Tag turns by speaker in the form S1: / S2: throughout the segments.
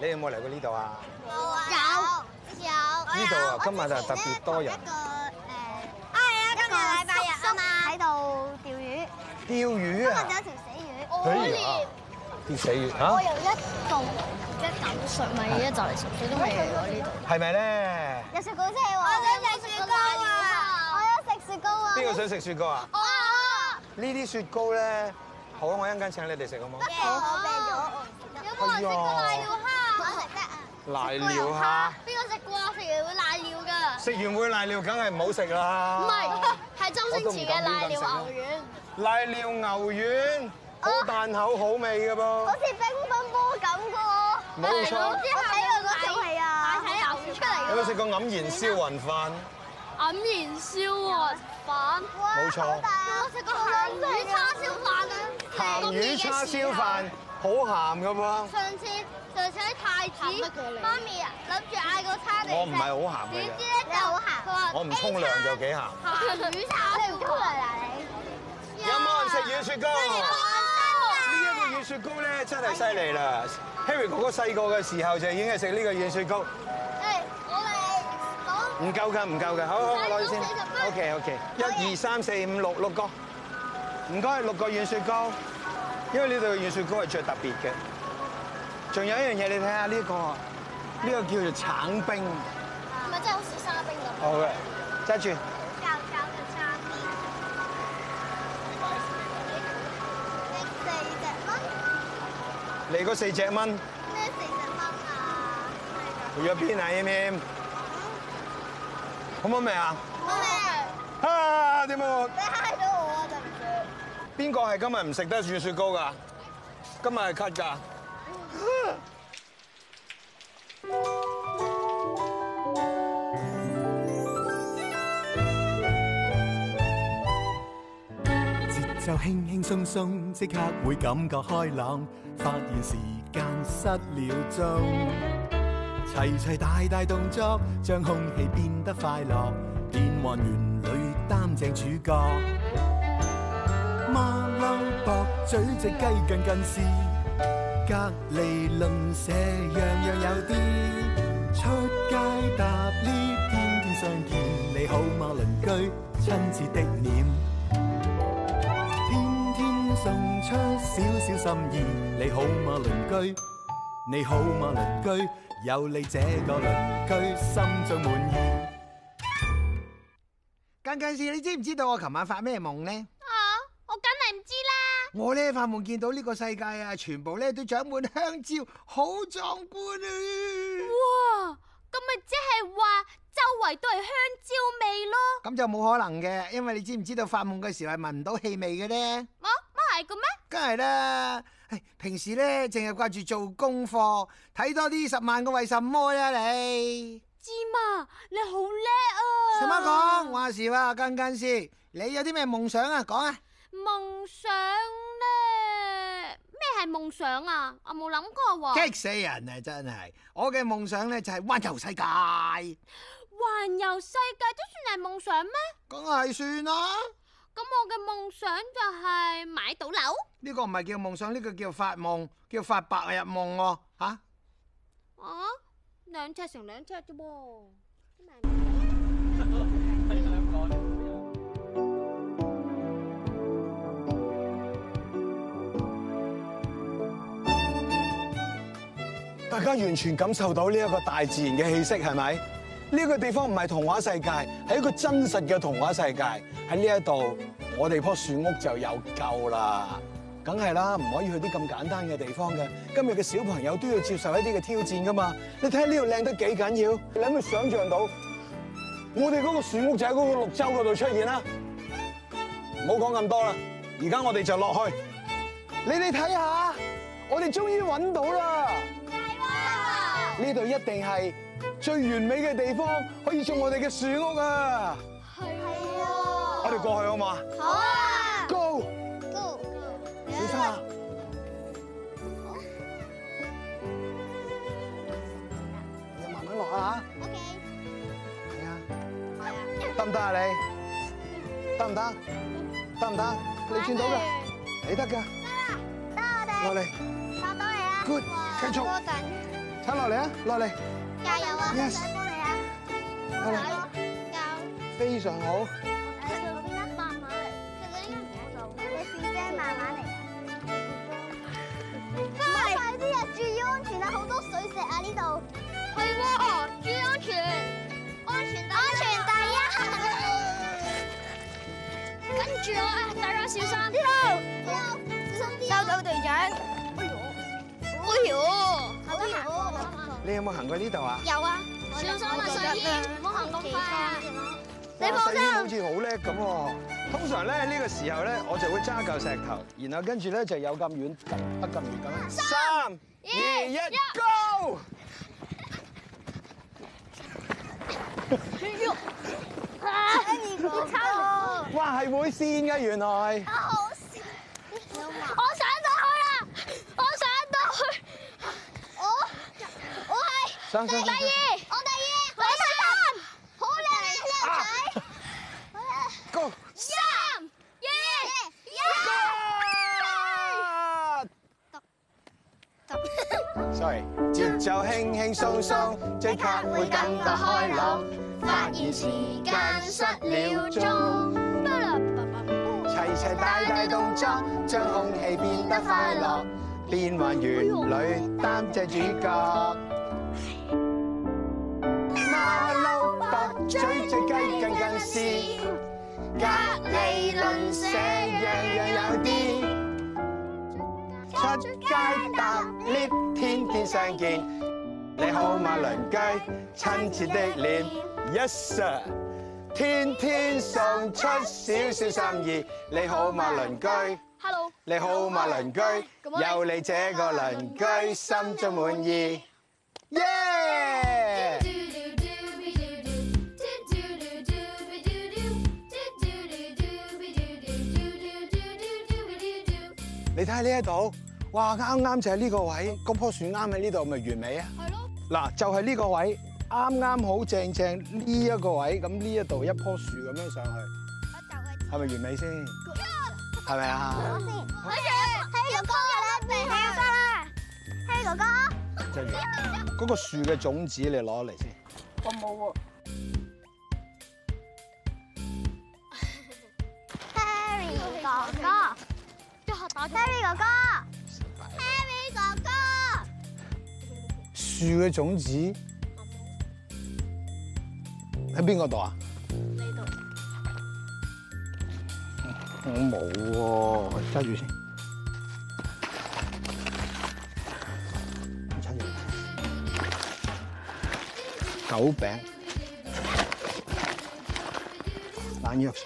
S1: 你哋有冇嚟過呢度啊？
S2: 有啊有有
S1: 呢度啊今日就特別多人
S2: 我之前咧同一個誒，啊係啊，今日禮拜日啊嘛，喺度釣魚，
S1: 釣魚
S2: 今日
S1: 啊
S2: 就！有條死魚，
S1: 哎呀，跌死魚
S2: 我
S1: 嚇，
S2: 由一度一嚿水咪一就嚟十水都未嚟
S3: Ờ,
S2: 喎呢度。
S1: 係咪咧？
S2: 有雪糕啫喎！我想食雪糕啊！我想食雪糕啊！
S1: 邊個想食雪糕啊？
S2: 我
S1: 呢啲雪糕咧，好啊，我一陣間請你哋食好冇？
S2: 我我病咗，我唔食得。有冇人食過瀨尿蝦？我食得啊！
S1: 瀨尿蝦，
S2: 邊個食過啊？食完會瀨尿㗎。
S1: 食完會瀨尿，梗係唔好食啦。
S2: 唔係，係周星馳嘅瀨尿牛丸。
S1: 瀨尿牛丸，好彈口好味嘅
S2: 好
S1: 噃。
S2: 似乒乓波咁嘅喎。
S1: 冇錯
S2: 我睇過嗰套戲啊，擺睇牛出嚟
S1: 有冇食過黯然銷魂飯？
S3: 黯然銷魂飯，
S1: 冇錯
S2: 我食過鹹魚叉燒飯啊！
S1: 鹹魚叉燒飯好鹹嘅噃。
S2: 上次上次喺太子，媽咪啊諗住嗌個餐嚟食
S1: 我唔係好鹹嘅啫
S2: 點知咧就好鹹。佢話
S1: 我唔沖涼就幾
S2: 哎
S1: 鹹。
S2: 鹹魚叉燒飯啊你。
S1: 有冇人食軟雪
S2: 哎
S1: 糕？呢一個軟雪糕咧真係犀利啦！Harry 哥哥細個嘅時候就已經係食呢個軟雪糕，
S2: 誒，我
S1: 唔夠㗎，唔夠㗎，好好我攞咗先
S2: 唔使攞四十蚊。
S1: OK OK，一二三四五六六個，唔該六個軟雪糕，因為呢度嘅軟雪糕係最特別嘅。仲有一樣嘢你睇下呢個，呢個叫做橙冰，
S2: 哋咪真係好似沙冰咁。
S1: 好嘅，揸住。
S2: 教教嘅沙冰。你四
S1: 你
S2: 隻蚊，
S1: 嗰四隻蚊
S2: 咩四隻蚊啊？
S1: 去咗邊啊？M M，好唔好味啊？
S2: 我
S1: 啊，點啊？
S2: 你揩到我啊，對唔
S1: 邊
S2: 住。
S1: 個係今日唔食得軟雪糕㗎？今日係咳㗎。
S4: 節奏輕輕鬆鬆，即刻會感覺開朗，發現時間失了蹤。齊齊大大動作，將空氣變得快樂，變幻園裏擔正主角。馬騮駁嘴隻雞近近視，隔離鄰舍樣樣有啲。出街搭 lift，天天相見，你好嗎鄰居？親切的臉。天天送出少少心意，你好嗎鄰居？你好嗎鄰居？有你這個鄰居，心中滿意。
S5: 近近事，你知唔知道我琴晚發咩夢呢？
S3: 啊，我梗係唔知啦。
S5: 我呢發夢見到呢個世界啊，全部呢都長滿香蕉，好壯觀啊！
S3: 哇，咁咪即係話周圍都係香蕉味咯？
S5: 咁就冇可能嘅，因為你知唔知道發夢嘅時候係聞唔到氣味嘅呢？
S3: 乜乜係嘅咩？
S5: 梗係啦，唉平時呢淨係掛住做功課，睇多啲十萬個為什麼啦你。
S3: 芝麻，你好叻啊！
S5: 使乜講？話時話近近事，你有啲咩夢想啊？講啊！
S3: 夢想咧，咩係夢想啊？我冇諗過喎。
S5: 激死人啊！真係，我嘅夢想呢就係環遊世界，
S3: 環遊世界都算係夢想咩？
S5: 梗係算啦。
S3: 咁我嘅夢想就係買到樓。
S5: 呢個唔係叫夢想，呢、個叫發夢，叫發白日夢喎、吓
S3: 啊，兩尺乘兩尺啫噃。
S1: 大家完全感受到呢一個大自然嘅氣息，係咪？呢個地方唔係童話世界，係一個真實嘅童話世界。喺呢一度，我哋棵樹屋就有救啦。梗係啦，唔可以去啲咁簡單嘅地方嘅。今日嘅小朋友都要接受一啲嘅挑戰噶嘛。你睇下呢度靚得幾緊要，你可唔可以想像到？我哋嗰個樹屋就喺嗰個綠洲嗰度出現啦。唔好講咁多啦，而家我哋就落去。你哋睇下，我哋終於揾到啦！呢度一定係最完美嘅地方，可以做我哋嘅樹屋啊！
S2: 係啊
S1: 我哋過去好嘛
S2: 好啊
S1: ？Go，
S2: ，Go
S1: 小心啊！你慢慢落啊
S2: OK，
S1: 嚇，係啊，
S2: 係啊，
S1: 得唔得啊你？得唔得？得唔得？你轉到㗎，你得㗎，
S2: 得啦，得
S1: 落
S2: 我哋
S1: 嚟。
S2: 落到嚟啦
S1: Good，繼續
S2: 多緊，
S1: 繼睇落嚟啊，落嚟，
S2: 加油啊！
S1: Yes
S2: 想幫你啊！
S1: 落嚟，非常好。
S2: 你試啫，慢慢嚟啊。快啲啊！注意安全啊！好多水石啊呢度。
S3: 系喎，注意安全，安全第
S2: 安全
S3: 第一。跟住我啊，大家小心。
S2: 收
S6: 收到隊長，哎呦！
S2: 好行
S1: 你有冇行過呢度啊？
S6: 有
S2: à?
S6: 啊，
S3: 小心啊，細姨，唔好行咁快啊！
S1: 你放心，好似好叻咁喎。通常咧呢個時候咧，我就會揸嚿石頭，然後跟住咧就有咁遠，得咁遠咁。三二一，Go！哇，係會跣嘅原來。
S3: 我上到
S2: à?
S3: 去啦，我上到去，
S2: 我我係
S1: 上上上。
S3: 二，
S2: 我第二，我第三，好靚啊靚仔。
S1: Go！
S3: 三二一。
S1: Sorry，節奏輕輕鬆鬆，即刻會感覺開朗，
S3: 發現時間失了蹤，
S1: 齊齊大大動作，將空氣變得快樂，變幻園裏擔正主角。馬騮駁嘴最雞近近視，隔離鄰舍樣樣有啲。出街搭 lift 天天相見，你好嗎鄰居？親切的臉，Yes sir。天天送出少少心意，你好嗎鄰居？
S3: Hello，
S1: 你好嗎鄰居？有你這個鄰居，心中滿意。耶！你睇下呢一度，哇啱啱就係呢個位，嗰棵樹啱喺呢度，咪完美啊！
S3: 係咯，
S1: 嗱，就係呢個位，啱啱好正正呢一個位，咁呢一度一棵樹咁樣上去，係咪完美先？係咪 啊？
S2: Harry 哥哥啦，未 Harry 哥啦，Harry 哥哥。
S1: 真係嗰個樹嘅種子你攞嚟先。
S6: 我冇喎。
S2: Harry 哥哥
S3: 一下打咗。
S2: ，Harry 哥哥，Harry 哥哥。
S1: 樹嘅種子喺邊個度啊？呢度。嗯我冇喎，揸住先。揸住。狗餅。冷藥水。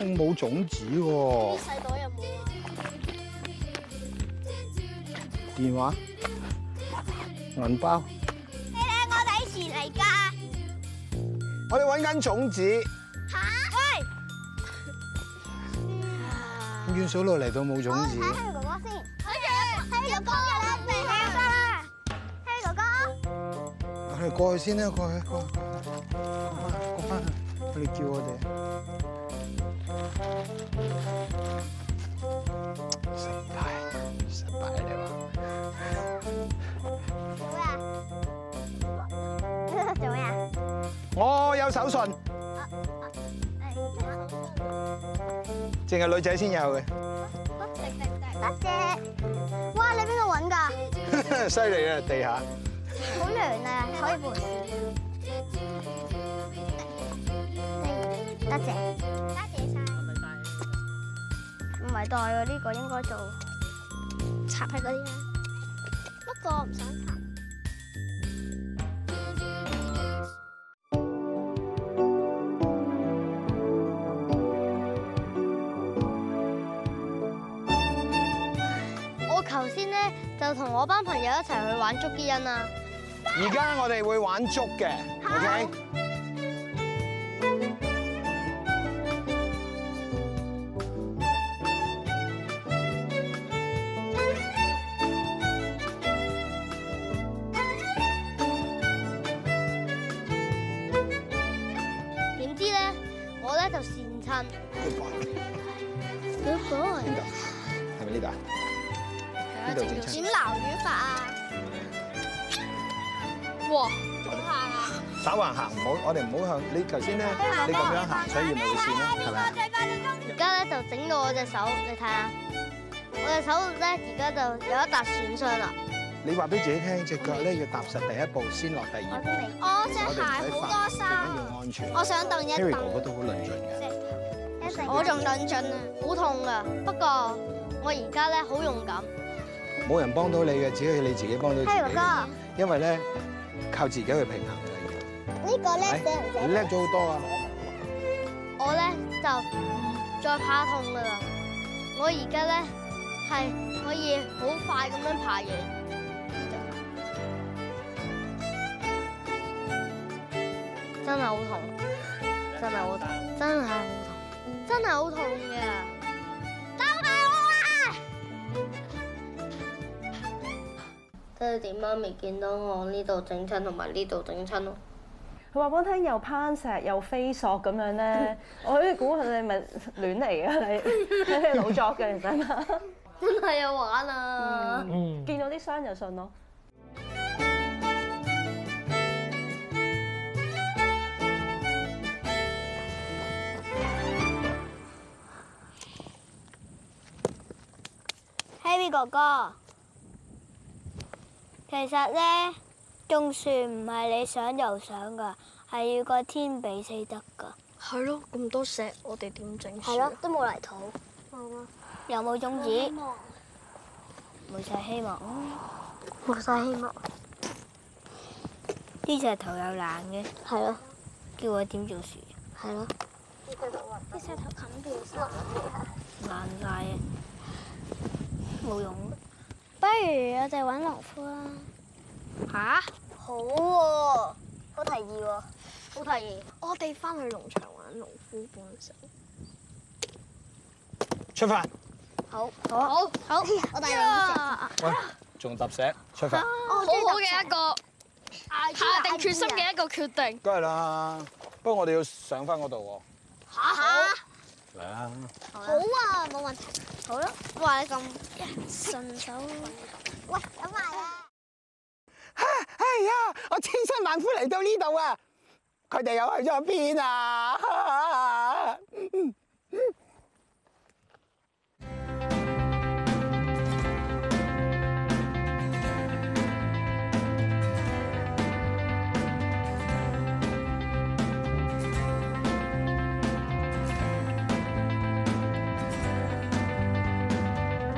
S1: 我冇種子喎。
S3: 細袋有冇啊？
S1: 電話。銀包。
S2: 你睇我睇時嚟㗎
S1: 我哋揾緊種子。
S2: 吓？
S1: 遠
S2: 喂，
S1: 水路嚟到冇種
S2: 我
S1: 子
S2: 睇，Harry 哥哥先。Harry 哥哥啦，未 Harry 哥啦，Harry 哥哥。
S1: 我哋過去先啦，過去，過去，過翻去，佢哋叫我哋。失敗，失敗你話？
S2: 做咩啊？做咩啊？
S1: 我有手信，淨係女仔先 有
S2: 多謝。哇！你邊度揾㗎？
S1: 嘅，犀利啊！地下
S2: 好涼啊，可以換多謝，多謝晒。唔係袋喎，呢個應該做插喺嗰啲啦。不過我唔想插。
S6: 我頭先咧就同我班朋友一齊去玩捉伊人啊！
S1: 而家我哋會玩捉嘅，OK？
S6: 點知咧我咧就跣親。
S1: 邊度？係咪呢度啊？邊度整親？
S2: 點撈魚法啊？
S3: 哇，好行啊！
S1: 稍橫行，唔好，我哋唔好向你頭先咧，你咁樣行，所以咪會跣咯，係咪啊？
S2: 而家咧就整到我隻手，你睇下，我隻手咧而家就有一笪損傷啦。
S1: 你話俾自己聽，只腳咧要踏實第一步，先落第
S6: 我
S1: 二
S6: 都未。
S2: 我
S1: 步，我哋唔使快，最緊要安全。
S2: 啊我想蹬一
S1: Harry
S2: 蹬
S1: 哥。哥都好論盡嘅，
S6: 一陣
S2: 我仲論盡啊，好痛噶。不過我而家咧好勇敢，
S1: 冇人幫到你嘅，只可以你自己幫到自己
S6: Harry 哥
S1: 嘅。因為咧，靠自己去平衡嘅。
S6: 呢個咧
S1: 係你叻咗好多啊！
S2: 我咧就唔再怕痛噶啦。我而家咧係可以好快咁樣爬完。真係好痛，真係好痛，真係好痛，真係好痛嘅。救埋我啊！真係點媽咪見到我呢度整親同埋呢度整親咯。
S7: 佢話俾我聽又攀石又飛索咁樣 咧，我喺度估佢你咪亂嚟啊！你你老作嘅，唔使怕。
S2: 真係有玩啊！
S7: 見到啲傷就信咯。
S6: Harry 哥哥，其實咧，種樹唔係你想就想噶，係要個天俾先得噶。
S2: 係咯，咁多石，我哋點整？
S6: 係咯，，都冇泥土，冇啊，又冇種子，冇晒希望，冇晒希望。啲石頭又爛嘅，係咯，叫我點做樹？係咯，啲石頭冚住晒，爛晒啊，冇用。不如我哋揾農夫啦。
S2: 嚇，
S6: 好喎、好提議喎、
S2: 好提議。
S6: 我哋翻去農場玩農夫本色。
S8: 出發，
S6: 好，好，好，好，我帶你
S1: 喂，仲揼石，出發，
S6: 好
S3: 好好嘅一個下定決心
S6: 嘅。
S3: 嘅一個決定。
S1: 梗係啦。不過我哋要上翻嗰度
S6: 嚇好
S1: 喎。嚟啦！
S9: 哎
S6: 啊，冇問題。好啦，哇！你咁順手，啊喂，咁埋啦。
S9: 哎呀，我千辛萬苦嚟到呢度啊，佢哋又去咗邊啊？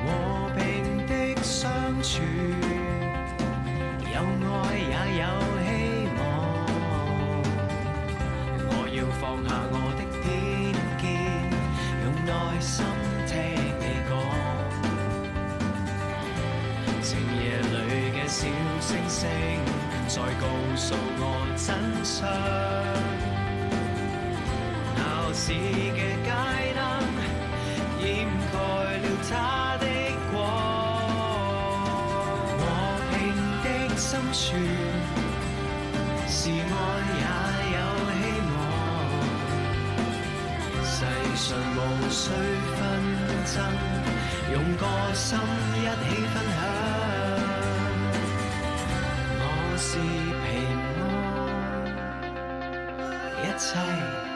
S10: 和平的相處，有愛也有希望。我要放下我的偏見，用內心聽你講。靜夜裏嘅小星星，再告訴我真相。鬧市嘅街燈掩蓋了他的光，和平的深處是愛也有希望。世上無需紛爭，用個心一起分享，我是平安，一切。